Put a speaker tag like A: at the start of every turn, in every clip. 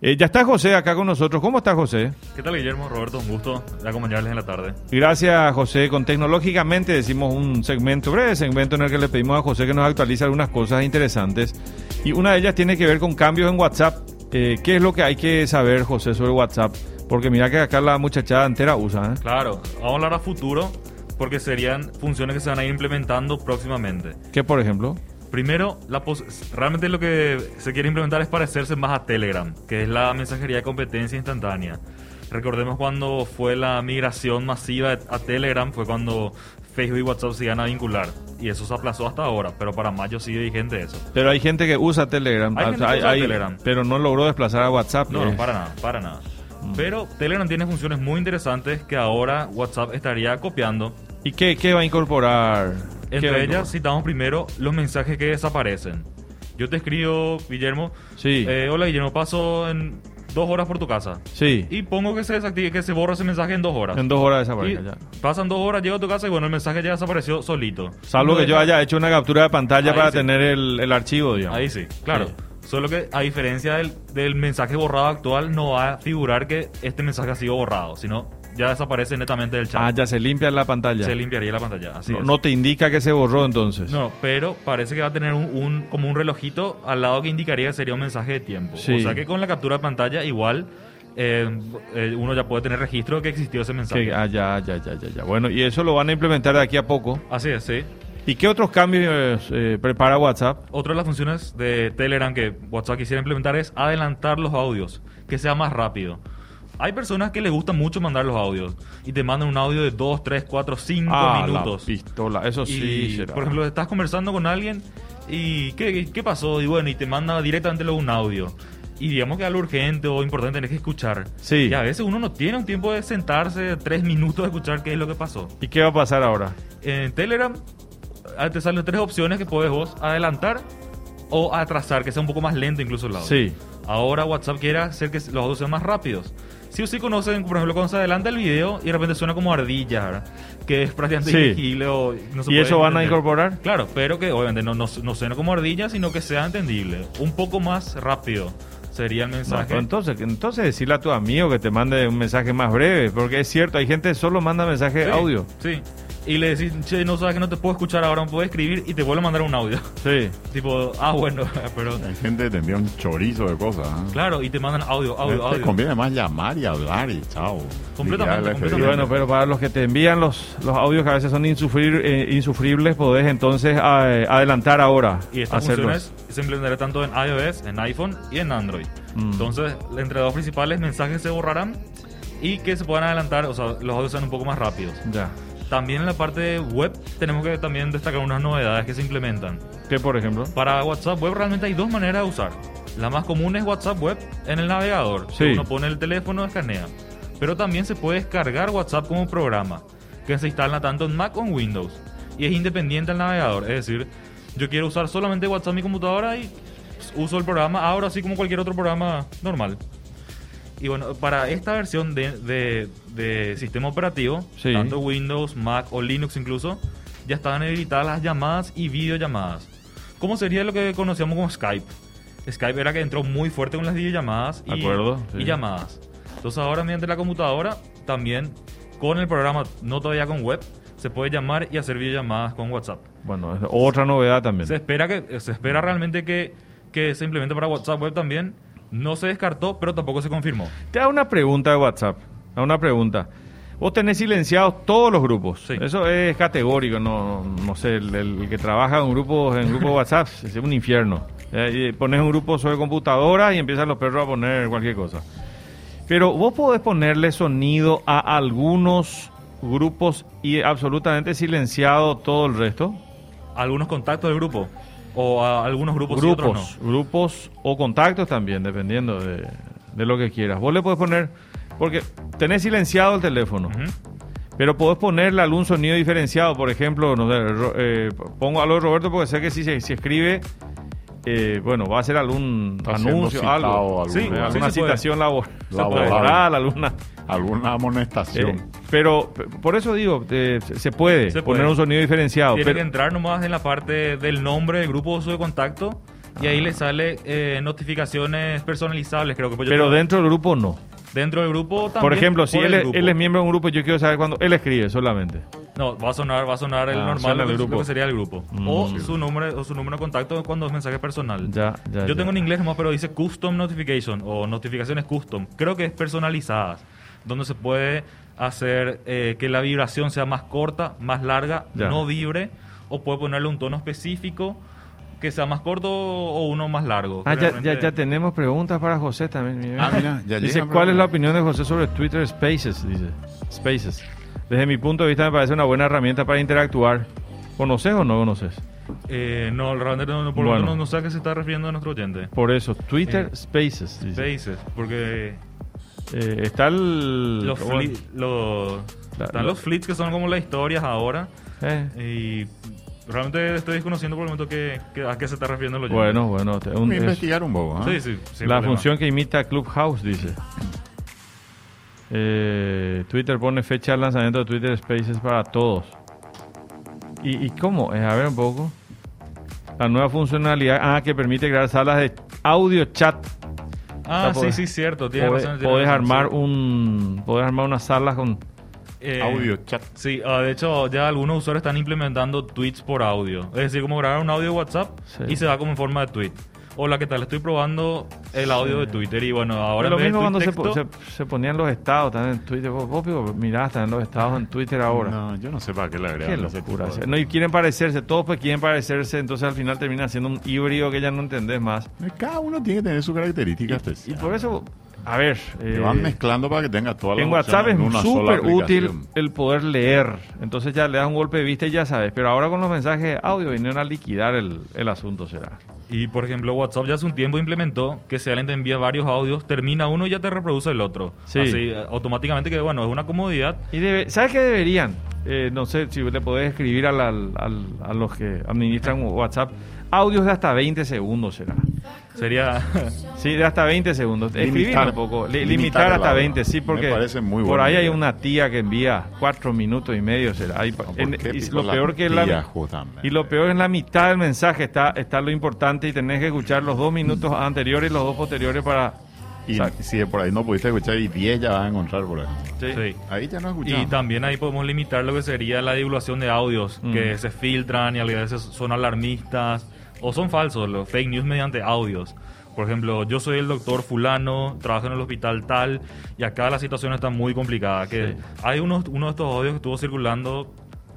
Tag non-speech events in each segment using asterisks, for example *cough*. A: Eh, ya está José acá con nosotros. ¿Cómo está José?
B: ¿Qué tal, Guillermo? Roberto, un gusto de acompañarles en la tarde.
A: Gracias José. Con Tecnológicamente decimos un segmento, breve segmento en el que le pedimos a José que nos actualice algunas cosas interesantes. Y una de ellas tiene que ver con cambios en WhatsApp. Eh, ¿Qué es lo que hay que saber, José, sobre WhatsApp? Porque mira que acá la muchachada entera usa. ¿eh?
B: Claro, vamos a hablar a futuro porque serían funciones que se van a ir implementando próximamente.
A: ¿Qué, por ejemplo?
B: Primero, la pos- realmente lo que se quiere implementar es parecerse más a Telegram, que es la mensajería de competencia instantánea. Recordemos cuando fue la migración masiva de- a Telegram, fue cuando Facebook y WhatsApp se iban a vincular. Y eso se aplazó hasta ahora, pero para mayo sigue vigente eso.
A: Pero hay gente que usa Telegram.
B: Hay
A: Ah,
B: gente que usa Telegram.
A: Pero no logró desplazar a WhatsApp.
B: No,
A: Eh,
B: no, para nada, para nada.
A: Mm.
B: Pero Telegram tiene funciones muy interesantes que ahora WhatsApp estaría copiando.
A: ¿Y qué, qué va a incorporar? ¿Qué va a
B: Entre ellas
A: incorporar?
B: citamos primero los mensajes que desaparecen. Yo te escribo, Guillermo.
A: Sí.
B: eh, hola, Guillermo, paso en dos horas por tu casa.
A: Sí.
B: Y pongo que se desactive, que se borra ese mensaje en dos horas.
A: En dos horas
B: Y
A: desaparece. ya.
B: pasan dos horas, llego a tu casa y bueno, el mensaje ya desapareció solito.
A: Salvo
B: No
A: que yo
B: deja-
A: haya hecho una captura de pantalla
B: Ahí
A: para
B: sí.
A: tener el, el archivo, digamos.
B: Ahí sí, claro.
A: Sí.
B: Solo que a diferencia del, del mensaje borrado actual, no va a figurar que este mensaje ha sido borrado, sino ya desaparece netamente del chat.
A: Ah, ya se limpia la pantalla.
B: Se limpiaría la pantalla. Así
A: no,
B: es.
A: no te indica que se borró entonces.
B: No, pero parece que va a tener un, un- como un relojito al lado que indicaría que sería un mensaje de tiempo.
A: Sí.
B: O sea que con la captura de pantalla igual eh, eh, uno ya puede tener registro de que existió ese mensaje.
A: Que- ah, ya, ya, ya, ya, ya. Bueno, y eso lo van a implementar de aquí a poco.
B: Así es, sí.
A: ¿Y qué otros cambios eh, prepara WhatsApp?
B: Otra de las funciones de Telegram que WhatsApp quisiera implementar es adelantar los audios, que sea más rápido. Hay personas que les gusta mucho mandar los audios y te mandan un audio de 2, 3, 4, 5
A: ah,
B: minutos.
A: la pistola. Eso sí
B: Y,
A: será.
B: por ejemplo, estás conversando con alguien y ¿qué, qué pasó? Y bueno, y te manda directamente luego un audio. Y digamos que algo urgente o importante tenés que escuchar.
A: Sí.
B: Y a veces uno no tiene un tiempo de sentarse tres minutos a escuchar qué es lo que pasó.
A: ¿Y qué va a pasar ahora?
B: En Telegram ah, te salen tres opciones que puedes vos adelantar o atrasar, que sea un poco más lento incluso el audio.
A: Sí.
B: Ahora WhatsApp quiere hacer que los audios sean más rápidos. Sí o sí conocen, por ejemplo, cuando se adelanta el video y de repente suena como ardilla, ¿verdad? que es prácticamente
A: Sí.
B: ilegible o no se
A: ¿Y
B: puede
A: eso van a
B: entender.
A: incorporar?
B: Claro, pero que obviamente no, no, no suene como ardilla, sino que sea entendible. Un poco más rápido sería el
A: No,
B: mensaje.
A: pero entonces, entonces decirle a tu amigo que te mande un mensaje más breve, porque es cierto, hay gente que solo manda mensaje
B: Sí,
A: audio.
B: Sí. Y le decís, che, no sabes que no te puedo escuchar ahora, no puedo escribir y te vuelvo a mandar un audio.
A: Sí.
B: tipo, ah, bueno, *laughs* pero.
C: Hay gente que te envía un chorizo de cosas. ¿eh?
B: Claro, y te mandan audio,
C: Te-
B: audio,
C: Te
B: audio.
C: conviene más llamar y hablar y chao.
A: Y
B: Completamente,
C: Y ya la
B: completamente.
C: experiencia.
A: bueno, pero para los que te envían los, los audios que a veces son insufrir- eh, insufribles, podés entonces eh, adelantar ahora.
B: Y estas
A: hacerlos.
B: funciones se implementarán tanto en iOS, en iPhone y en Android. Entonces, entre los principales mensajes se borrarán y que se puedan adelantar, o sea, los audios sean un poco más rápidos.
A: Ya.
B: También en la parte web tenemos que también destacar unas novedades que se implementan.
A: ¿Qué, por ejemplo?
B: Para WhatsApp web realmente hay dos maneras de usar. La más común es WhatsApp web en el navegador.
A: Sí.
B: Uno pone el teléfono, escanea. Pero también se puede descargar WhatsApp como programa, que se instala tanto en Mac como en Windows. Y es independiente al navegador. Es decir, yo quiero usar solamente WhatsApp en mi computadora y uso el programa ahora así como cualquier otro programa normal. Y bueno, para esta versión de, de- de sistema operativo,
A: Sí.
B: tanto Windows, Mac o Linux incluso, ya estaban habilitadas las llamadas y videollamadas. ¿Cómo sería lo que conocíamos como Skype? Skype era que entró muy fuerte con las videollamadas
A: De
B: y,
A: acuerdo,
B: y
A: sí.
B: llamadas. Entonces ahora mediante la computadora, también con el programa, no todavía con web, se puede llamar y hacer videollamadas con WhatsApp.
A: Bueno, es otra novedad también.
B: Se espera que se espera realmente que, que se implemente para WhatsApp web también. No se descartó, pero tampoco se confirmó.
A: Te hago una pregunta de WhatsApp. Te hago una pregunta. Vos tenés silenciados todos los grupos.
B: Sí.
A: Eso es categórico. No, no- no sé, el, el que trabaja en grupos en grupo WhatsApp es un infierno. Eh, y pones un grupo sobre computadora y empiezan los perros a poner cualquier cosa. Pero vos podés ponerle sonido a algunos grupos y absolutamente silenciado todo el resto.
B: algunos contactos del grupo o a algunos grupos, y
A: grupos,
B: otros no.
A: grupos o contactos también, dependiendo de, de lo que quieras. Vos le podés poner, porque tenés silenciado el teléfono,
B: Ujú.
A: pero podés ponerle algún sonido diferenciado. Por ejemplo, no sé, Ro- eh, pongo algo de Roberto porque sé que si se si escribe, eh, bueno, va a ser algún
C: Está siendo
A: anuncio,
C: citado
A: algo.
C: algún
A: Sí,
C: lugar.
A: alguna
B: Sí se puede.
A: citación labor-
C: Laboral.
A: laboral, alguna.
C: Alguna
A: eh,
C: amonestación.
A: pero p- por eso digo, eh, se- se puede
B: Se puede.
A: poner un sonido diferenciado.
B: Tiene
A: pero-
B: que entrar nomás en la parte del nombre del grupo o de contacto Y ahí le sale eh, notificaciones personalizables, creo que. pues yo
A: Pero
B: tengo-
A: dentro del grupo no.
B: dentro del grupo también.
A: Por ejemplo, si
B: por
A: él,
B: el
A: es-
B: grupo.
A: él es miembro de un grupo, yo quiero saber cuándo él escribe solamente.
B: No, va a sonar, va a sonar el
A: Ah,
B: normal,
A: suena
B: lo que-
A: el grupo.
B: lo que sería el grupo.
A: Mm.
B: O, su número, o su número de contacto cuando es mensaje personal.
A: Ya, ya.
B: Yo
A: ya.
B: tengo en inglés nomás, pero dice custom notification o notificaciones custom. Creo que es personalizadas, donde se puede hacer eh, que la vibración sea más corta, más larga,
A: Ya.
B: no vibre, o puede ponerle un tono específico que sea más corto o uno más largo.
A: Ah, ya, ya,
B: Generalmente-
A: ya tenemos preguntas para José también. mira.
C: Ah, mira, ya
A: dice,
C: llegan
A: ¿cuál es la
C: preguntas.
A: opinión de José sobre Twitter Spaces? Dice, Spaces. Desde mi punto de vista me parece una buena herramienta para interactuar. ¿Conoces o no conoces?
B: Eh, no, realmente no, no, por lo
A: Bueno.
B: menos no sé a qué se está refiriendo nuestro oyente.
A: Por eso, Twitter
B: Eh,
A: Spaces. dice.
B: Spaces, porque
A: Eh, está el...
B: los,
A: bueno,
B: fli- los-
A: La-
B: están
A: la-
B: los flits que son como las historias ahora.
A: eh,
B: Y realmente estoy desconociendo por el momento que, que- a qué se está refiriendo el oyente.
A: bueno, bueno. te- un-
C: Voy a
A: es-
C: investigar un poco. ¿ah?
B: Sí, sí, sin
A: la
B: problema.
A: función que imita Clubhouse, dice. Eh, Twitter pone fecha de lanzamiento de Twitter Spaces para todos. ¿Y, y cómo? es? a ver un poco. La nueva funcionalidad ah, que permite crear salas de audio chat.
B: Ah,
A: O sea,
B: sí,
A: podés-
B: sí, cierto. Tienes
A: Podés,
B: razón. tienes
A: podés
B: razón,
A: armar
B: sí.
A: un, podés armar una sala con.
B: Eh,
C: Audio chat.
B: Sí, ah, de hecho, ya algunos usuarios están implementando tweets por audio. Es decir, como grabar un audio de WhatsApp
A: Sí.
B: y se da como en forma de tweet. Hola, ¿qué tal? Estoy probando el audio de Twitter y bueno, ahora
A: lo
B: en vez de
A: mismo cuando
B: tweet
A: se, po-
B: texto-
A: se- se ponían los estados también en Twitter. Vos, vos pico, mirás también los estados en Twitter ahora.
C: No, yo no sé para qué le
A: Qué
C: agregaron ese
A: locura.
C: tipo de-
A: No, y quieren parecerse, todos pues quieren parecerse, entonces al final termina siendo un híbrido que ya no entendés más.
C: Eh, Cada uno tiene que tener sus características.
A: Y
C: especiales.
A: por eso, a ver, eh,
C: Te van mezclando para que tenga todas las
A: en WhatsApp
C: opciones
A: es
C: en una sola
A: súper útil
C: aplicación.
A: el poder leer. Entonces ya le das un golpe de vista y ya sabes. Pero ahora con los mensajes de audio vinieron a liquidar el, el asunto, será.
B: Y por ejemplo, WhatsApp ya hace un tiempo implementó que si alguien te envía varios audios, termina uno y ya te reproduce el otro.
A: Sí.
B: Así, eh, automáticamente que bueno, es una comodidad.
A: Y debe- ¿Sabes qué deberían? Eh, no sé si le podés escribir al- al- al- a los que administran WhatsApp. Audios de hasta 20 segundos, será.
B: Sería
A: Sí, de hasta 20 segundos. Escribir
C: Limitar.
A: un poco. li- limitar,
C: Limitar la
A: hasta
C: hora.
A: 20, sí,
C: Me
A: porque
C: parece muy
A: por
C: buena
A: ahí hay
C: idea.
A: una tía que envía 4 minutos y medio. Será. Ahí pa-
C: ¿Por
A: en-
C: qué
A: y
C: picó
A: lo
C: la
A: peor que es
C: tía,
A: la,
C: justamente?
A: y lo peor es la mitad del mensaje. Está, está lo importante y tenés que escuchar los dos
C: Mm.
A: minutos anteriores y los dos posteriores para...
C: Y
A: Exacto.
C: si de por ahí no pudiste escuchar y 10 ya vas a encontrar por ahí.
A: Sí.
B: sí.
C: Ahí ya no escuchamos.
B: Y también ahí podemos limitar lo que sería la divulgación de audios
A: Mm.
B: que se filtran y a veces son alarmistas o son falsos, los fake news mediante audios. Por ejemplo, yo soy el doctor fulano, trabajo en el hospital tal y acá la situación está muy complicada. Que
A: Sí.
B: hay unos, uno de estos audios que estuvo circulando,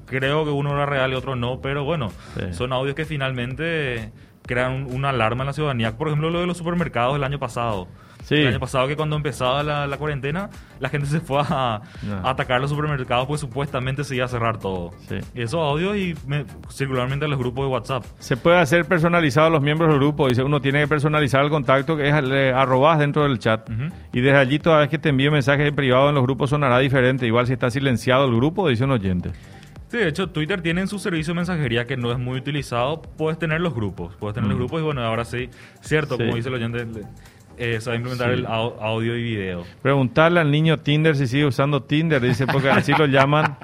B: creo que uno era real y otro no, pero bueno,
A: Sí.
B: son audios que finalmente crean un- una alarma en la ciudadanía. Por ejemplo, lo de los supermercados del año pasado.
A: Sí.
B: El año pasado que cuando empezaba la, la cuarentena, la gente se fue a,
A: No.
B: a atacar los supermercados pues supuestamente se iba a cerrar todo.
A: Sí.
B: Y esos audios y me- circularmente a los grupos de WhatsApp.
A: Se puede hacer personalizado a los miembros del grupo. Dice, uno tiene que personalizar el contacto que es le arrobás dentro del chat.
B: Ujú.
A: Y desde allí toda vez que te envíe mensajes en privado en los grupos sonará diferente. Igual si está silenciado el grupo, dice un oyente.
B: Sí, de hecho, Twitter tiene en su servicio de mensajería que no es muy utilizado. Puedes tener los grupos. Puedes tener los grupos y bueno, ahora sí, cierto,
A: Sí.
B: como dice el oyente, le- eh, se va a implementar el au- audio y video.
A: Preguntarle al niño Tinder si sigue usando Tinder, dice, porque así lo
B: *laughs*
A: llaman.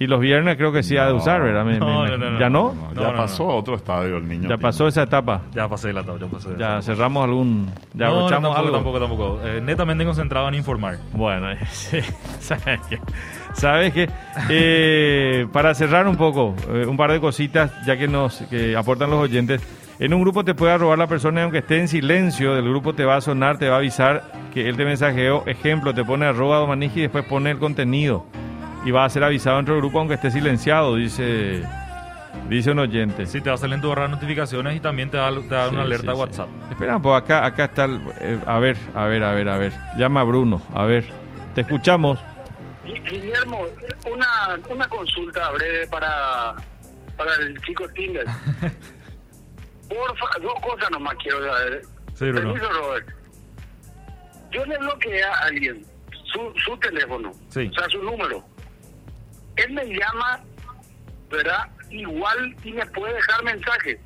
A: Y los viernes creo que sí ha de
C: No,
A: usar, ¿verdad? Me-
B: no,
A: me-
B: no, no,
A: ¿Ya no?
B: no,
C: No,
B: No,
C: ya
B: no,
C: pasó a otro estadio el niño.
A: Ya pasó esa etapa.
B: Ya pasé la tabla, ya pasé.
A: Ya cerramos algún... Ya
B: no, no,
A: abrochamos algo.
B: tampoco, tampoco, tampoco. Eh, netamente concentrado en informar.
A: Bueno, *laughs* sí, sabes que, sabes que, eh, para cerrar un poco, eh, un par de cositas, ya que nos que aportan los oyentes, en un grupo te puede robar la persona y aunque esté en silencio, del grupo te va a sonar, te va a avisar que él te mensajeó, ejemplo, te pone arroba domanigi y después pone el contenido y va a ser avisado dentro del grupo aunque esté silenciado, dice, dice un oyente.
B: Sí, te va a salir en tu barra de notificaciones y también te va, te va a dar una
A: Sí,
B: alerta
A: sí, sí.
B: WhatsApp.
A: Espera, pues acá, acá está el- eh, a ver, a ver, a ver, a ver, llama a Bruno, a ver, te escuchamos.
D: Guillermo, una, una consulta breve para, para el chico
B: *laughs*
D: Tinder. Porfa, dos cosas nomás quiero saber.
B: Sí, Bruno.
D: Permiso, Robert. Yo le bloqueé a alguien su, su teléfono,
B: Sí.
D: o sea, su número. Él me llama, ¿verdad? Igual y me puede dejar mensajes.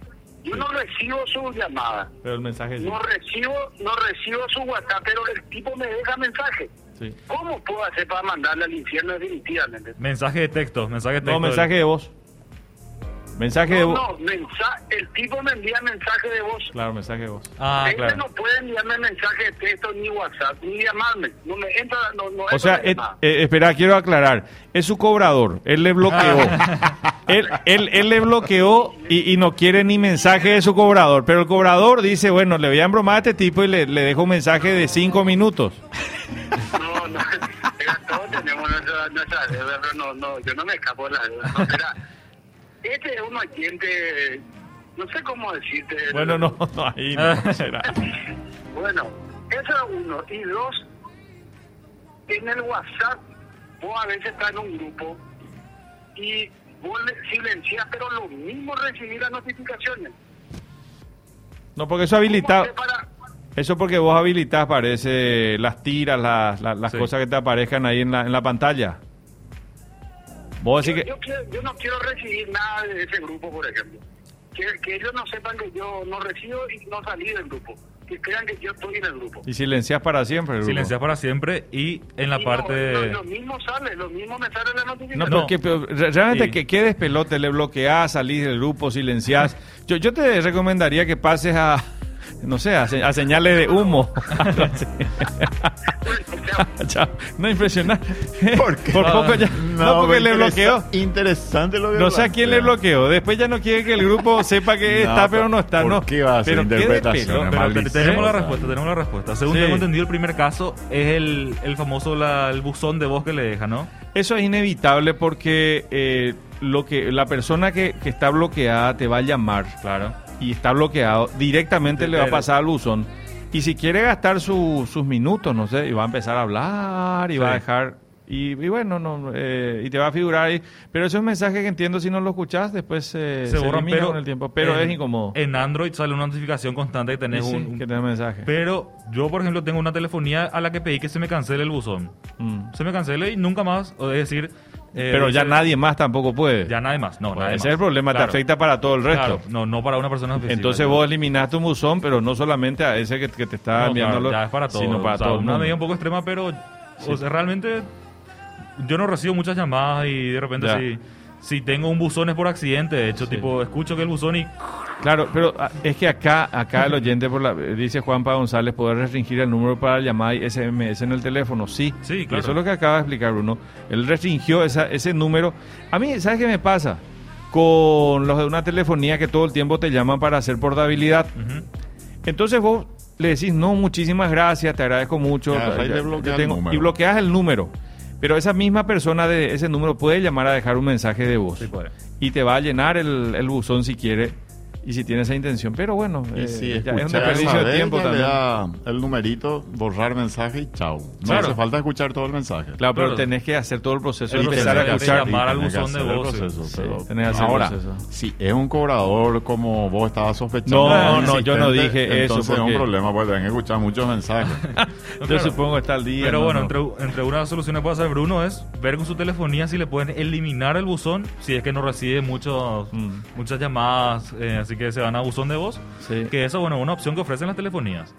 D: Yo no recibo su llamada,
A: Pero el mensaje
D: no recibo, no recibo su WhatsApp, pero el tipo me deja mensajes. ¿Cómo puedo hacer para mandarle al infierno definitivamente?
B: Mensaje de texto, mensaje de texto.
A: No, mensaje de voz. Mensaje de
D: No,
A: voz.
D: no, mensa- el tipo me envía mensaje de voz.
A: Claro, mensaje de voz.
B: Ah,
D: Este
B: claro.
D: no puede enviarme mensaje de texto, ni WhatsApp, ni llamarme. No me entra, no,
A: O
D: no entra
A: sea,
D: la
A: et-
D: llamada.
A: eh, espera, quiero aclarar. Es su cobrador. Él le
D: *laughs*
A: bloqueó. él, él- él le bloqueó y, y no quiere ni mensaje de su cobrador. Pero el cobrador dice, bueno, le voy a embromar a este tipo y le, le dejo un mensaje de cinco
D: *laughs*
A: minutos.
D: No, *laughs* no, mira, todos tenemos nuestra, nuestra deuda, pero no, no, yo no me escapo de la deuda. no, mira, este es un oyente, no sé cómo decirte.
A: Bueno, no, no, ahí no será.
D: Bueno, eso es uno. Y dos, en el WhatsApp, vos a veces estás en un grupo y vos le- silencias, pero lo mismo recibir las notificaciones.
A: No, porque eso
D: ¿Cómo
A: habilita...
D: hacer para-
A: Eso porque vos habilitás, parece, las tiras, las, las, las
B: Sí.
A: cosas que te aparezcan ahí en la, en la pantalla. Vos
D: Yo,
A: decís que...
D: yo quiero- yo no quiero recibir nada de ese grupo, por ejemplo. Que, que ellos no sepan que yo no recibo y no salí del grupo. Que crean que yo estoy en el grupo.
A: Y silencias para siempre. el grupo.
B: Silencias para siempre y en la
D: Y no,
B: parte
D: lo,
B: de...
D: lo mismo sale, lo mismo me sale la notificación.
A: No,
B: No.
A: porque pero, re- realmente
B: Sí.
A: que qué despelote, le bloqueás, salís del grupo, *laughs* silenciás. Yo, yo te recomendaría que pases a, no sé, a, se- a señales de humo.
D: *laughs*
A: *laughs*
D: O sea,
A: Chao. no impresionante. *laughs*
C: ¿Por qué?
A: poco ya. No, porque le bloqueó.
C: Interesante lo que
A: No sé a quién le
C: plantea.
A: bloqueó. Después ya no quiere que el grupo sepa que
C: No,
A: está, pero *laughs* no
C: pero
A: está.
C: ¿por
A: no.
C: qué va a hacer
A: Pero qué
C: interpretaciones,
A: despelote.
B: Pero te-
C: Maldición.
B: tenemos la
C: Sí.
B: respuesta, tenemos la respuesta. Según
A: Sí.
B: tengo entendido, el primer caso es el, el famoso la- el buzón de voz que le deja, ¿no?
A: Eso es inevitable porque eh, lo que la persona que, que está bloqueada te va a llamar. Claro. Y está bloqueado, directamente
B: Sí,
A: le va a
B: pero-
A: pasar al buzón. Y si quiere gastar su- sus minutos, no sé, y va a empezar a hablar y va a
B: Sí.
A: dejar. Y, y bueno, no, eh, y te va a figurar ahí. Pero eso es un mensaje que entiendo si no lo escuchás, después eh, se,
B: borran,
A: elimina con el tiempo. Pero
B: en-
A: es incómodo.
B: En Android sale una notificación constante que tenés
A: Sí, sí,
B: un... un-
A: que tenés mensaje.
B: Pero yo, por ejemplo, tengo una telefonía a la que pedí que se me cancele el buzón.
A: Mm.
B: Se me cancele y nunca más, o es decir... eh,
A: Pero ya
B: dice-
A: nadie más tampoco puede.
B: Ya nadie más, no,
A: Bueno,
B: nadie
A: ese
B: más.
A: es el problema,
B: Claro,
A: te afecta para todo el resto.
B: claro, no, no para una persona específica.
A: Entonces
B: Yo-
A: vos eliminaste un buzón, pero no solamente a ese que, que te está
B: No,
A: enviando
B: claro,
A: los-
B: ya es para todo.
A: sino para
B: o sea,
A: todo el
B: Una
A: mundo.
B: medida un poco extrema, pero o sea, realmente yo no recibo muchas llamadas y de repente
A: Ya.
B: si, si tengo un buzón es por accidente. De hecho,
A: Sí.
B: tipo, escucho que el buzón y...
A: Claro, pero ah, es que acá, acá el oyente por la, dice Juanpa González poder restringir el número para llamada y SMS en el teléfono. Sí,
B: Sí, claro.
A: Eso es lo que acaba de explicar Bruno. Él restringió esa- ese número. A mí, ¿sabes qué me pasa? Con los de una telefonía que todo el tiempo te llaman para hacer portabilidad.
B: Ujú.
A: Entonces vos le decís, no, muchísimas gracias, te agradezco mucho.
C: Ya, ahí
A: Ya,
C: te
A: yo
C: bloquea el número.
A: y bloqueas el número. Pero esa misma persona de ese número puede llamar a dejar un mensaje de voz.
B: Sí, puede.
A: y te va a llenar el, el buzón si quiere y si tiene esa intención. Pero bueno, eh,
C: Y si
A: ya es un
C: escuchar
A: desperdicio de tiempo
C: le
A: también.
C: da el numerito, borrar mensaje y chao. No
B: Claro.
C: hace falta escuchar todo el mensaje.
A: Claro, pero
B: Claro.
A: tenés que hacer todo el proceso de
B: El
A: empezar a
B: proceso de
A: escuchar.
B: llamar al
C: Tenés que
B: buzón de
C: hacer el
B: voz, sí.
C: proceso,
A: Sí,
C: pero
A: tenés que hacer el
C: Ahora,
A: proceso.
C: si es un cobrador como vos estabas sospechando.
A: No,
C: un
A: no, yo no
C: insistente,
A: dije eso,
C: Entonces es un
A: porque-
C: problema, porque tenés que escuchar muchos mensajes.
A: Yo
B: Claro.
A: supongo que está al día.
B: Pero
A: no,
B: bueno,
A: no.
B: Entre, entre una de las soluciones que puede hacer Bruno es ver con su telefonía si le pueden eliminar el buzón, si es que no recibe muchos,
A: Mm.
B: muchas llamadas, eh, así que se van a buzón de voz.
A: Sí.
B: Que eso, bueno, es una opción que ofrecen las telefonías.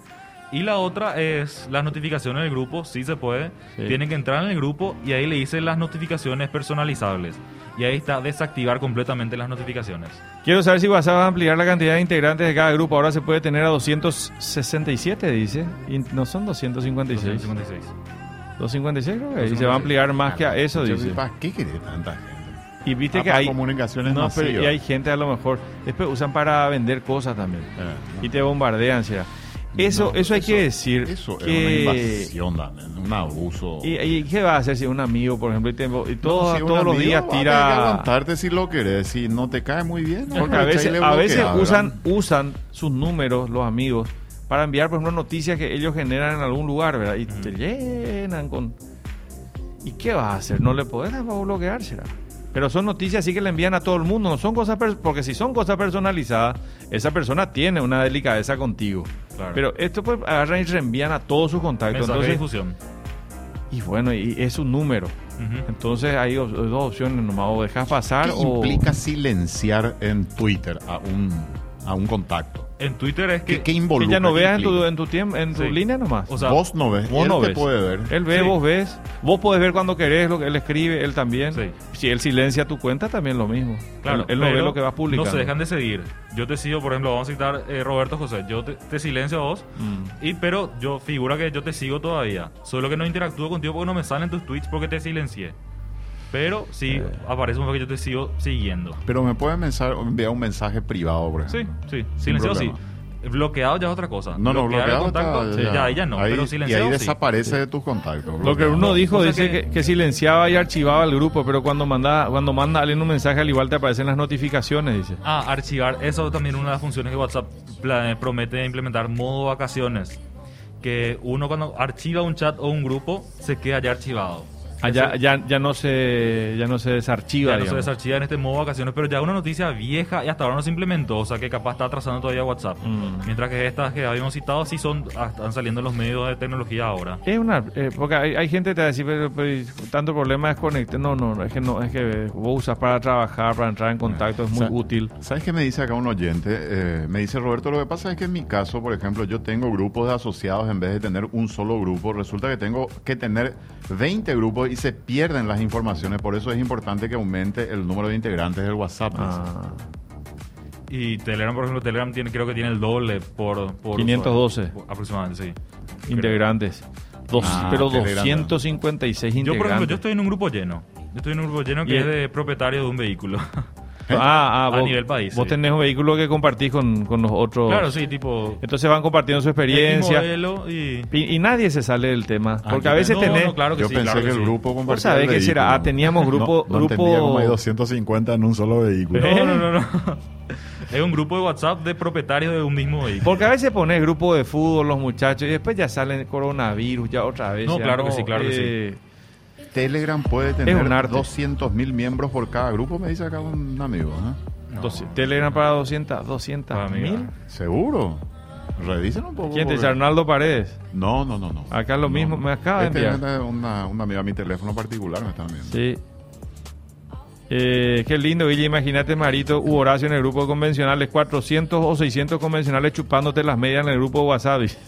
B: Y la otra es las notificaciones del grupo, sí se puede.
A: Sí.
B: Tienen que entrar en el grupo y ahí le dicen las notificaciones personalizables. Y ahí está desactivar completamente las notificaciones.
A: Quiero saber si WhatsApp va a ampliar la cantidad de integrantes de cada grupo. Ahora se puede tener a 267, dice. Y no son 256.
B: 256.
A: 256 creo que. Y se
B: 256.
A: va a ampliar *laughs* más que a eso,
C: Yo,
A: dice.
C: ¿Para qué querés tanta gente?
A: Y viste
C: Ah,
A: que
C: para
A: hay...
C: comunicaciones
A: No, pero-
C: masivas.
A: y hay gente a lo mejor... Después usan para vender cosas también.
C: Eh, no.
A: y te bombardean, será. Eso,
C: No,
A: eso hay que decir.
C: Eso
A: que-
C: es una invasión, Daniel, un abuso.
A: ¿Y, y qué va a hacer si un amigo, por ejemplo, y, te- y todos,
C: Si un
A: todos los
C: amigo
A: días
C: va a tener que
A: tira...
C: aguantarte si lo querés, si no te cae muy bien.
A: Porque a
C: aprovecha y
A: veces,
C: le
A: a veces
C: bloquea,
A: usan, usan sus números, los amigos, para enviar, por ejemplo, noticias que ellos generan en algún lugar, ¿verdad? Y te llenan con... ¿Y qué vas a hacer? No le podés tampoco bloquear, será. Pero son noticias así que le envían a todo el mundo, no son cosas... pers- Porque si son cosas personalizadas, esa persona tiene una delicadeza contigo.
B: Claro.
A: Pero esto pues agarran y reenvían a todos sus contactos.
B: Mensaje de
A: Entonces,
B: difusión.
A: y bueno, y es un número.
B: Ujú.
A: Entonces hay op- dos opciones nomás, o dejas pasar
C: ¿Qué
A: o...
C: implica silenciar en Twitter a un, a un contacto?
B: En Twitter es que...
C: ¿Qué, qué involucra?
A: Que ya no
C: ¿Qué
A: veas en tu,
C: implica?
A: en tu tiempo, en tu
B: Sí.
A: línea nomás.
B: O sea,
C: vos no ves,
A: vos
C: él
A: no
C: te
A: ves. Eh.
C: puede ver.
A: Él ve,
B: Sí.
A: vos ves. Vos podés ver cuando querés lo que él escribe, él también.
B: Sí.
A: Si él silencia tu cuenta, también lo mismo.
B: claro,
A: Él, él no ve
B: pero
A: lo que vas publicando.
B: No se dejan de seguir. Yo te sigo, por ejemplo, vamos a citar eh, Roberto José. Yo te, te silencio a vos, y, pero yo figura que yo te sigo todavía. Solo que no interactúo contigo porque no me salen tus tweets porque te silencié. Pero sí aparece un que yo te sigo siguiendo.
C: Pero me puede mensa- enviar un mensaje privado, por
B: Sí,
C: ejemplo.
B: sí.
C: Sin
B: Silenciado sí.
C: problema.
B: Bloqueado ya es otra cosa.
C: No, no,
B: Bloquear el
C: bloqueado
B: contacto,
C: está-
B: sí, ya, ya no.
C: Ahí-
B: pero silenciado
C: Y ahí
B: sí.
C: desaparece de tus contactos.
A: Lo que uno dijo
B: O sea
A: dice
B: que-
A: que, que silenciaba y archivaba el grupo, pero cuando manda cuando manda alguien un mensaje al igual te aparecen las notificaciones, dice.
B: Ah, archivar. Eso también es una de las funciones que WhatsApp pla- eh, promete implementar modo vacaciones. Que uno cuando archiva un chat o un grupo se queda ya archivado.
A: Allá
B: Ese-
A: Ah, ya, ya no se ya no se desarchiva,
B: ya no se
A: digamos.
B: desarchiva en este modo vacaciones, pero ya una noticia vieja y hasta ahora no se implementó, o sea que capaz está atrasando todavía WhatsApp.
A: Mm.
B: Mientras que estas que habíamos citado sí son, ah, están saliendo en los medios de tecnología ahora.
A: Es una eh, porque hay, hay gente que te va a decir, pero, pero, y tanto problema es conectar. No, no, no, es que no, es que vos usas para trabajar, para entrar en contacto, es muy
B: Ah,
C: Sa-
A: útil.
C: ¿Sabes qué me dice acá un oyente? Eh, me dice Roberto, lo que pasa es que en mi caso, por ejemplo, yo tengo grupos de asociados en vez de tener un solo grupo. Resulta que tengo que tener 20 grupos y se pierden las informaciones. Por eso es importante que aumente el número de integrantes del WhatsApp.
A: Ah,
B: Y Telegram, por ejemplo, Telegram tiene, creo que tiene el doble por... por
A: 512.
B: usuario, por- aproximadamente, sí. Creo.
A: integrantes. Dos,
C: Ah,
A: pero
C: qué grande.
A: 256 integrantes.
B: Yo, por ejemplo, yo estoy en un grupo lleno. Yo estoy en un grupo lleno que
A: Y-
B: es de propietario de un vehículo. *laughs*
A: Ah, ah,
B: ¿Eh? A
A: vos,
B: nivel país,
A: Vos
B: sí.
A: tenés un vehículo que compartís con, con los otros.
B: claro, sí, tipo.
A: Entonces van compartiendo su experiencia.
B: X modelo y.
A: Y, y nadie se sale del tema.
C: Ah,
A: porque
C: yo
A: a veces
B: no,
A: tenés.
B: no, claro que
C: yo
B: sí,
C: pensé
B: claro
C: que el
B: sí.
C: grupo compartía.
A: sabés
C: el
A: qué será?
C: vehículo.
A: Ah, teníamos grupo-
C: *laughs* No, no entendía
A: grupo-
C: cómo hay 250 en un solo vehículo.
B: *laughs* No, no, no, no. es un grupo de WhatsApp de propietarios de un mismo vehículo.
A: Porque a veces pones grupo de fútbol, los muchachos, y después ya salen coronavirus, ya otra vez.
B: No,
A: ya, eh,
B: claro que sí, claro que sí.
C: Telegram puede
A: Es un
C: tener
A: arte.
C: 200 mil miembros por cada grupo, me dice acá un amigo. ¿eh?
B: No.
A: Doce- Telegram para 200, 200
B: pues, Amiga.
A: mil.
C: ¿Seguro? Revisen un poco.
A: ¿Quién te
C: porque-
A: dice? Arnaldo Paredes.
C: No, no, no, no.
A: Acá lo
C: No,
A: mismo,
C: no.
A: me acaba de
C: Este
A: enviar.
C: es una, una amiga, mi teléfono particular me está viendo.
A: Sí. Eh, qué lindo, Guille. Imagínate, Marito, u Horacio en el grupo de convencionales, 400 o 600 convencionales chupándote las medias en el grupo de WhatsApp. *laughs* dice.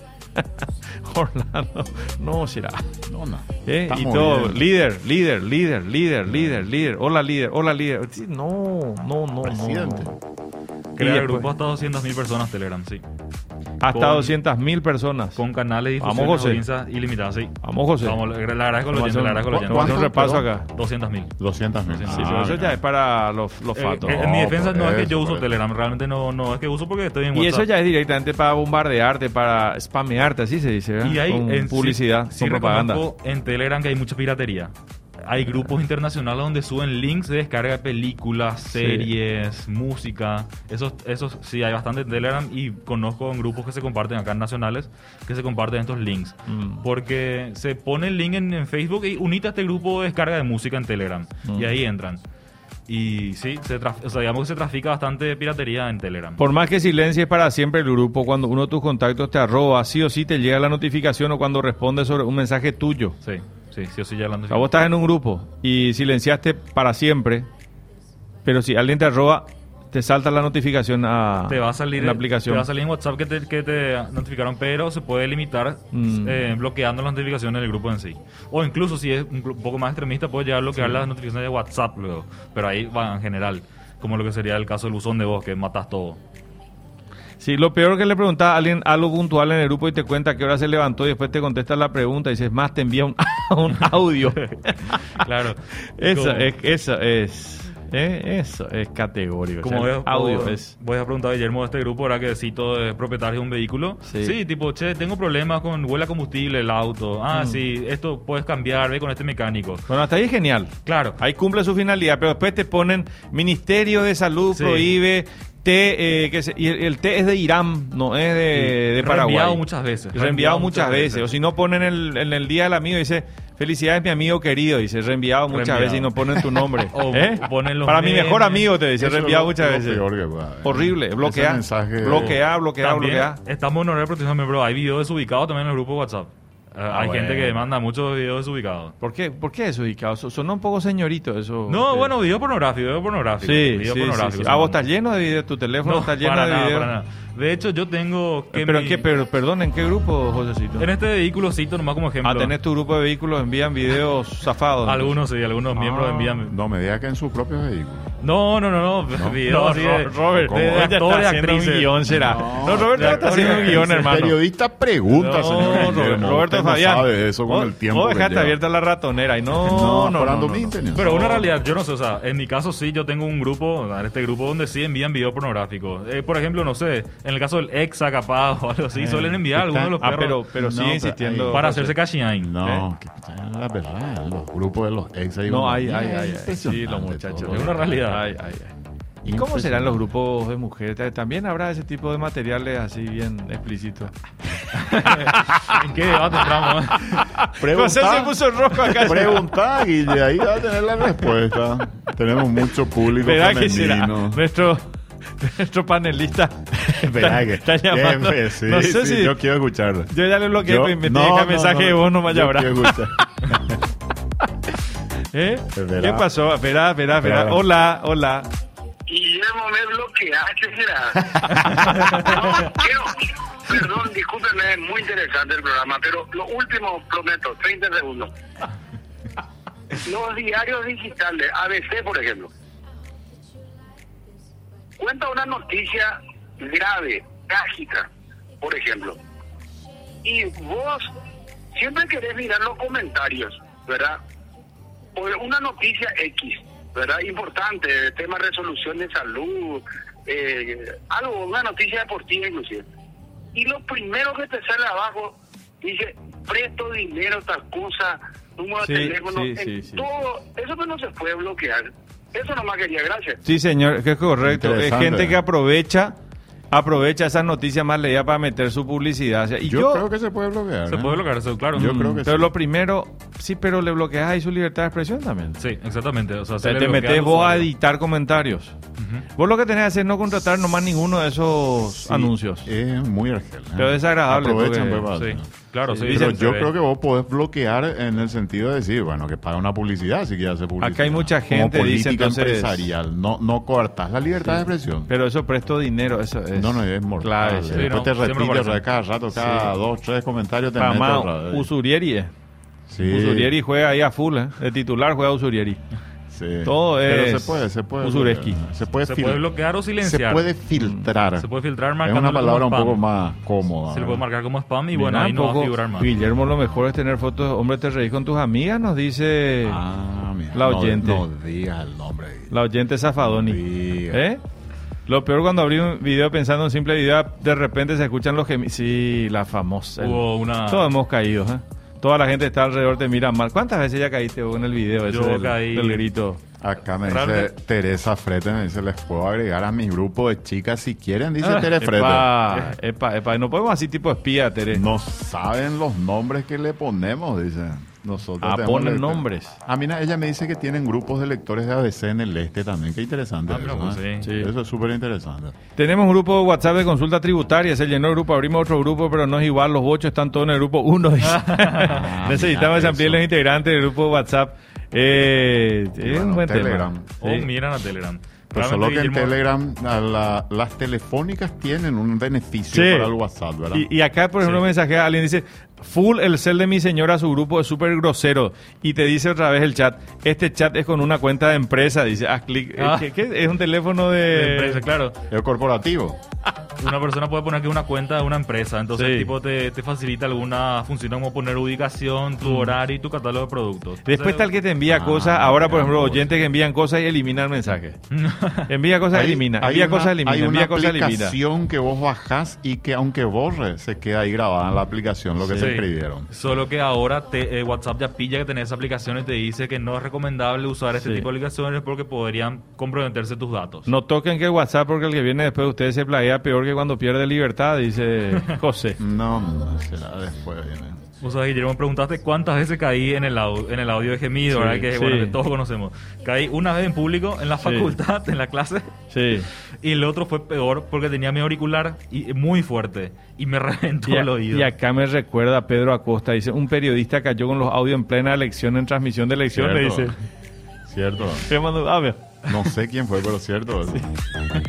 A: Orlando, no será.
C: No, no.
A: Eh, Y
C: Estamos
A: todo,
C: bien.
A: líder, líder, líder, líder, líder, líder, hola líder, hola líder. Sí, No, no, no, no.
C: Presidente.
A: no.
B: Crea
A: Y
B: el
A: después-
B: grupo hasta 200.000 personas Telegram, sí.
A: Hasta
B: con-
A: 200 mil personas.
B: Con canales de
A: Vamos,
B: difusión
A: José.
B: de audiencias ilimitadas, sí.
A: Vamos, José.
B: Vamos, le le agradezco a los
A: Vamos
B: oyentes, le
A: a
B: agradezco a
A: hacer un-
B: los oyentes.
A: vamos a hacer un repaso acá.
B: 200.000.
C: 200 mil.
B: Ah, Sí,
A: Sí, pero eso Ah, ya es para los, los
B: Eh,
A: fatos.
B: eh, en mi
C: No,
B: defensa
C: por
B: no es que
C: eso,
B: yo uso
C: por eso.
B: Telegram, realmente no, no es que uso porque estoy en
A: pues. Y
B: WhatsApp.
A: eso ya es directamente para bombardearte, para spamearte, así se dice, ¿verdad?
B: Y hay
A: ¿Eh? con
B: en-
A: publicidad,
B: sí, sí
A: con propaganda.
B: reconozco en Telegram que hay mucha piratería. Hay grupos internacionales donde suben links de descarga de películas, series, música. Eso, eso sí, hay bastante en Telegram y conozco en grupos que se comparten acá nacionales que se comparten estos links.
A: Mm.
B: Porque se pone el link en, en Facebook y unite a este grupo de descarga de música en Telegram.
A: Mm.
B: Y ahí entran. Y sí, se traf- o sea, digamos que se trafica bastante piratería en Telegram.
A: Por más que silencies para siempre el grupo, cuando uno de tus contactos te arroba, sí o sí te llega la notificación o cuando respondes sobre un mensaje tuyo.
B: Sí, sí, sí, o sí, ya hablando.
A: O sea, vos estás en un grupo y silenciaste para siempre, pero si alguien te arroba, te salta la notificación a
B: te va a salir
A: en la
B: en-
A: aplicación.
B: te va a salir en WhatsApp que te, que te notificaron pero se puede limitar
A: Mm.
B: eh, bloqueando las notificaciones del grupo en sí o incluso si es un gru- un poco más extremista puede llegar a bloquear las notificaciones de WhatsApp luego pero ahí va en general como lo que sería el caso del buzón de voz que
A: *laughs*
B: matas todo
A: Sí, lo peor que le preguntaba a alguien algo puntual en el grupo y te cuenta a qué hora se levantó y después te contesta la pregunta y dices, más te envía un, *laughs* un
B: *laughs*
A: audio.
B: claro
A: Eso
B: Como-
A: es, eso es, eh, eso es categórico.
B: como
A: o sea,
B: veo,
A: audio
B: como
A: es.
B: voy a preguntar a Guillermo de este grupo ahora que cito de propietario de un vehículo
A: Sí.
B: sí. tipo che tengo problemas con huele a combustible el auto
A: Mm.
B: ah sí esto puedes cambiar ve con este mecánico
A: Bueno, hasta ahí es genial.
B: claro
A: Ahí cumple su finalidad, pero después te ponen Ministerio de Salud
B: Sí.
A: prohíbe té, eh, que se- y el, el té es de Irán, no es de,
B: Sí.
A: eh, de Paraguay.
B: Reenviado muchas veces.
A: Reenviado,
B: Reenviado
A: muchas,
B: muchas
A: veces.
B: veces.
A: O si no ponen el, en el día del amigo dice felicidades mi amigo querido, dice reenviado muchas
B: Reenviado.
A: veces y no ponen tu nombre.
B: O
A: ¿Eh?
B: ponen los
A: Para mi
B: memes.
A: mejor amigo te
C: Eso
A: dice
C: es lo-
A: reenviado muchas
C: lo
A: veces.
C: peor que pueda haber.
A: Horrible,
C: Ese
A: bloquea,
C: mensaje-
A: bloquea, bloquea,
B: También
A: bloquea.
B: Estamos en horario de protección, pero hay videos desubicados también en el grupo de WhatsApp. Ah, hay
A: Ah,
B: gente que
A: bueno.
B: demanda muchos videos desubicados.
A: ¿Por qué, ¿Por qué eso, Icao? Su- Sonó un poco señorito eso.
B: No,
A: Eh,
B: bueno, video pornográfico, video pornográfico.
A: Sí, sí,
B: video
A: sí,
B: pornográfico,
A: sí.
B: sí.
A: Ah, vos estás lleno de videos, tu teléfono
B: No,
A: está lleno
B: para
A: de
B: nada,
A: videos.
B: para nada. De hecho, yo tengo que
A: Eh, Pero,
B: mi-
A: ¿en qué, pero, perdón, ¿en qué grupo, Josecito?
B: en este vehículo cito nomás como ejemplo.
A: Ah, tenés tu grupo de vehículos, envían videos zafados.
B: Algunos sí, algunos miembros
A: Ah,
B: envían.
C: No, me diga que en sus propios vehículos.
B: No, no, no, no. videos
A: No,
B: así de,
A: Ro- Robert,
B: de, de
A: ella
B: actores,
A: está haciendo un
B: actrices.
A: guión, será. No, Roberto no está haciendo un *laughs* guión, hermano.
C: Periodista pregunta,
B: No,
C: señor.
A: No,
C: Guillermo.
A: Robert- Roberto
C: Usted no
A: Fabián.
C: sabe eso con
A: Vos-
C: el tiempo.
A: Vos
C: que
A: dejaste
C: lleva.
A: abierta la ratonera y no, no,
C: No,
A: no.
C: Fernando
A: no, no.
C: Minten.
B: Pero una realidad, yo no sé, o sea, en mi caso sí, yo tengo un grupo, en este grupo donde sí envían video pornográfico. Eh, por ejemplo, no sé, en el caso del ex acapado o algo así, suelen enviar algunos de los
A: Ah,
B: perros
A: pero, pero sigue
C: No, Eh, pero
A: insistiendo.
C: ahí-
B: para
A: José.
B: hacerse cashiain.
C: No, que- la verdad, los grupos de los ex. ahí
A: ¿Eh? No,
C: uno-
A: hay, hay,
C: Es
A: hay. hay. Sí,
C: impresionante
A: los muchachos.
C: todo.
B: Es una realidad.
A: Ay, ay, ay. ¿Y cómo serán los grupos de mujeres? También habrá ese tipo de materiales así bien *laughs* explícitos.
B: ¿En qué debate entramos?
A: José se
C: Preguntá,
A: puso rojo acá.
C: preguntá, Guille, ahí va a tener la respuesta. Tenemos mucho público
A: Verá que será.
C: femenino.
A: *laughs* Nuestro, nuestro panelista. *laughs*
C: Verá que
A: está llamando.
C: Jefe, sí,
A: no sé
C: sí,
A: si. Yo,
C: yo quiero escucharlo.
A: ya le bloqueé,
C: Yo-
A: pues, y me
C: no,
A: no,
C: no,
A: mensaje
C: no,
A: de vos, no me
C: yo
A: habrá.
C: quiero escuchar.
A: ¿Eh?
C: Verá.
A: ¿Qué pasó? Verá, verá, verá.
C: Verá.
A: Hola, hola.
D: Guillermo me bloqueaste, será. No, quiero- perdón, discúlpenme, es muy interesante el programa, pero lo último, prometo, 30 segundos. Los diarios digitales, ABC, por ejemplo, cuenta una noticia grave, trágica, por ejemplo. Y vos siempre querés mirar los comentarios, ¿verdad? por una noticia X, ¿verdad? Importante, tema de resolución de salud, eh, algo, una noticia deportiva inclusive. Y lo primero que te sale abajo dice, presto dinero, tal cosa, número de
A: Sí,
D: teléfono,
A: sí, sí,
D: en
A: sí.
D: todo, eso que no se puede bloquear. Eso nomás quería, gracias.
A: Sí, señor, que es correcto. Es
C: Interesante.
A: gente que aprovecha aprovecha esas noticias más leídas para meter su publicidad. O sea, y
C: Yo,
A: yo, mm,
C: creo que se puede bloquear.
B: Se
C: ¿eh?
B: puede bloquear eso, claro. Mm.
C: Yo creo que
A: pero
C: sí.
A: lo primero, sí, pero le bloqueas ahí su libertad de expresión también.
B: Sí, exactamente. O sea,
A: O sea, te metes vos a editar comentarios.
B: Ujú.
A: Vos lo que tenés que hacer es no contratar nomás ninguno de esos
C: Sí,
A: anuncios.
C: Es muy argel. ¿eh?
A: Pero es agradable,
C: Aprovechan,
A: porque-
C: pues,
B: Sí,
C: va.
B: claro,
A: Sí,
B: sí.
A: dicen-
C: Pero
B: se
C: yo
B: ve.
C: creo que vos podés bloquear en el sentido de decir, bueno, que paga una publicidad si quieres hacer publicidad.
A: Acá hay mucha gente,
C: Como
A: dice,
C: política
A: entonces-
C: empresarial. No, no coartás la libertad de expresión.
A: Pero eso presto dinero, eso es.
C: no, no, es mortal. eh.
A: Clave, sí.
C: Después
B: no,
C: te
B: siempre
C: repites
B: aparece.
C: cada rato, cada dos, tres comentarios te metes
A: Jamás,
C: otra vez.
A: Usurieri. es.
C: Sí,
A: Usurieri juega ahí a full, ¿eh? De titular juega Usurieri.
C: sí.
A: todo
C: Pero
A: es
C: se puede, se puede.
A: Usureski.
C: bloquear. Se puede,
B: Se
C: fil-
B: puede bloquear o
C: se
B: silenciar.
C: puede filtrar.
B: Se puede filtrar
C: es
B: marcando
C: una palabra un poco más cómoda.
B: Se le puede
C: ¿verdad?
B: marcar como spam y
A: Mirá,
B: bueno, ahí no va
A: poco,
B: a figurar más.
A: Guillermo, lo mejor es tener fotos. Hombre, te reís con tus amigas, nos dice
C: Ah, mira,
A: La
C: no-
A: oyente.
C: No, digas el nombre.
A: la oyente Zafadoni.
C: Sí.
A: ¿Eh? Lo peor cuando abrí un video pensando en un simple video, de repente se escuchan los gemidos. Sí, la famosa.
B: Hubo una.
A: Todos hemos caído, ¿eh? Toda la gente está alrededor, te mira mal. ¿Cuántas veces ya caíste vos en el video ese
B: Yo
A: del,
B: caí.
A: del grito?
C: Acá me
B: Realmente-
C: dice Teresa Frete, me dice, les puedo agregar a mi grupo de chicas si quieren, dice
B: Ah,
C: Teresa Frete.
A: Epa, epa, epa. No podemos así tipo espía, Tere.
C: No saben los nombres que le ponemos, dice. Nosotros
A: Ah,
C: tenemos
A: ponen
C: le-
A: nombres.
C: Ah, mira, ella me dice que tienen grupos de lectores de ABC en el este también. Qué interesante.
B: Ah,
C: eso,
B: mira, pues,
C: ¿eh?
A: sí. Sí.
C: Eso es súper interesante.
A: Tenemos un grupo de WhatsApp de consulta tributaria. Se llenó el grupo, abrimos otro grupo, pero no es igual. Los bochos están todos en el grupo 1.
C: *laughs* mira
A: *laughs* Necesitamos
C: eso.
A: ampliar los integrantes del grupo de WhatsApp. Eh, es un
C: Bueno,
A: buen
C: Telegram. Oh,
A: tema.
B: O
A: Sí.
B: miran Oh, a Telegram. Realmente,
C: Pero Pues solo que en
B: Guillermo,
C: Telegram a la- las telefónicas tienen un beneficio
A: Sí.
C: para el WhatsApp, ¿verdad?
A: Y, y acá, por ejemplo,
B: Sí.
A: mensaje a alguien dice, full el cel de mi señora, su grupo es súper grosero. Y te dice otra vez el chat, este chat es con una cuenta de empresa, dice, haz clic.
B: Ah.
A: Eh, ¿qué- qué? Es un teléfono de...
B: de
C: eh,
B: empresa, claro.
C: Es corporativo.
B: Una persona puede poner que una cuenta de una empresa, entonces
A: Sí.
B: el tipo te, te facilita alguna función como poner ubicación, tu horario y tu catálogo de productos.
A: Mm. Después está el que te envía
C: Ah,
A: cosas, ahora por
C: mira,
A: ejemplo,
C: vos.
A: oyentes que envían cosas y eliminan
C: *laughs*
A: mensajes. envía cosas,
C: Ahí-
A: elimina.
C: hay
A: Envía
C: una-
A: cosas, elimina.
C: Hay una
A: Envía cosas, elimina.
C: aplicación que vos bajás y que aunque borres, se queda ahí grabada en la aplicación lo que
B: Sí.
C: se escribieron.
B: Solo que ahora te- eh, WhatsApp ya pilla que tenés esa aplicación y te dice que no es recomendable usar este
A: Sí.
B: tipo de aplicaciones porque podrían comprometerse tus datos.
A: No toquen que WhatsApp porque el que viene después de ustedes se
C: *laughs*
A: plaguea peor que cuando pierde libertad, dice José.
C: No, no será después. viene.
B: Vos sabés, Guillermo, me preguntaste cuántas veces caí en el, au- en el audio de
A: Sí,
B: gemido, ¿verdad? Que bueno,
A: sí.
B: que todos conocemos. Caí una vez en público, en la facultad, en la clase,
C: *laughs*
A: Sí.
B: y el otro fue peor porque tenía mi auricular y, muy fuerte y me *laughs* reventó
A: Y, a-
B: el oído.
A: y acá me recuerda a Pedro Acosta, dice, un periodista cayó con los audios en plena elección, en transmisión de elección, le dice.
C: Cierto. Cierto.
A: Le mando- ah, mira.
C: No sé quién fue, pero cierto. *laughs*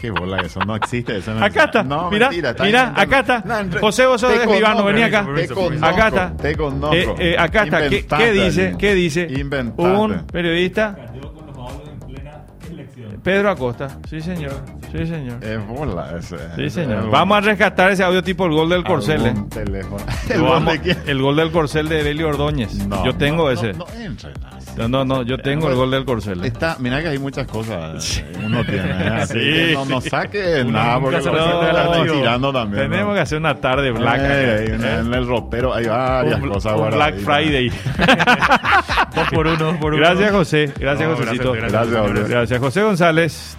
C: Qué bola eso, no existe eso. no
A: Acá
C: existe.
A: está,
C: No,
A: mira,
C: mentira, está
A: mira,
C: inventando.
A: acá está.
C: No, en re-
A: José, vos sos
C: te
A: de
C: conozco,
A: Escribano, vení acá.
C: Te conozco,
A: Acá está.
C: Te conozco.
A: Eh, eh, acá está. ¿Qué, qué
C: Inventaste,
A: dice?
C: Daniel.
A: ¿Qué dice?
C: Inventaste.
A: Un periodista,
B: Cayó con los audios en plena elección.
A: Pedro Acosta. Sí, señor. Sí, señor.
C: Es bola ese.
A: Sí, señor. Vamos a rescatar ese audio tipo el gol del Corcel. eh.
C: Un teléfono. *laughs*
A: El,
C: El
A: gol
C: borde
A: de-
C: que-
A: el gol del Corcel de Belio Ordóñez.
C: No,
A: yo tengo
C: no,
A: ese.
C: No, no entra en nada.
A: No, no, no, yo tengo el gol del Corcel. eh.
C: Está, mirá que hay muchas cosas que uno tiene.
A: *laughs*
C: ¿eh? Así que no, no saque
B: Uno
C: nada
B: nunca
C: porque
B: se
C: lo
B: presenta
C: están
B: al archivo.
C: tirando también. ¿no?
A: Tenemos que hacer una tarde blanca.
C: Eh, hay una- en el ropero hay varias
A: un,
C: cosas
A: un Black
C: guardaditas. *laughs*
A: Friday.
B: Dos por uno, dos por uno.
A: Gracias, José. Gracias,
B: No,
A: Josecito.
B: gracias, gracias,
C: Gracias,
B: señores.
C: José.
A: Gracias, José González.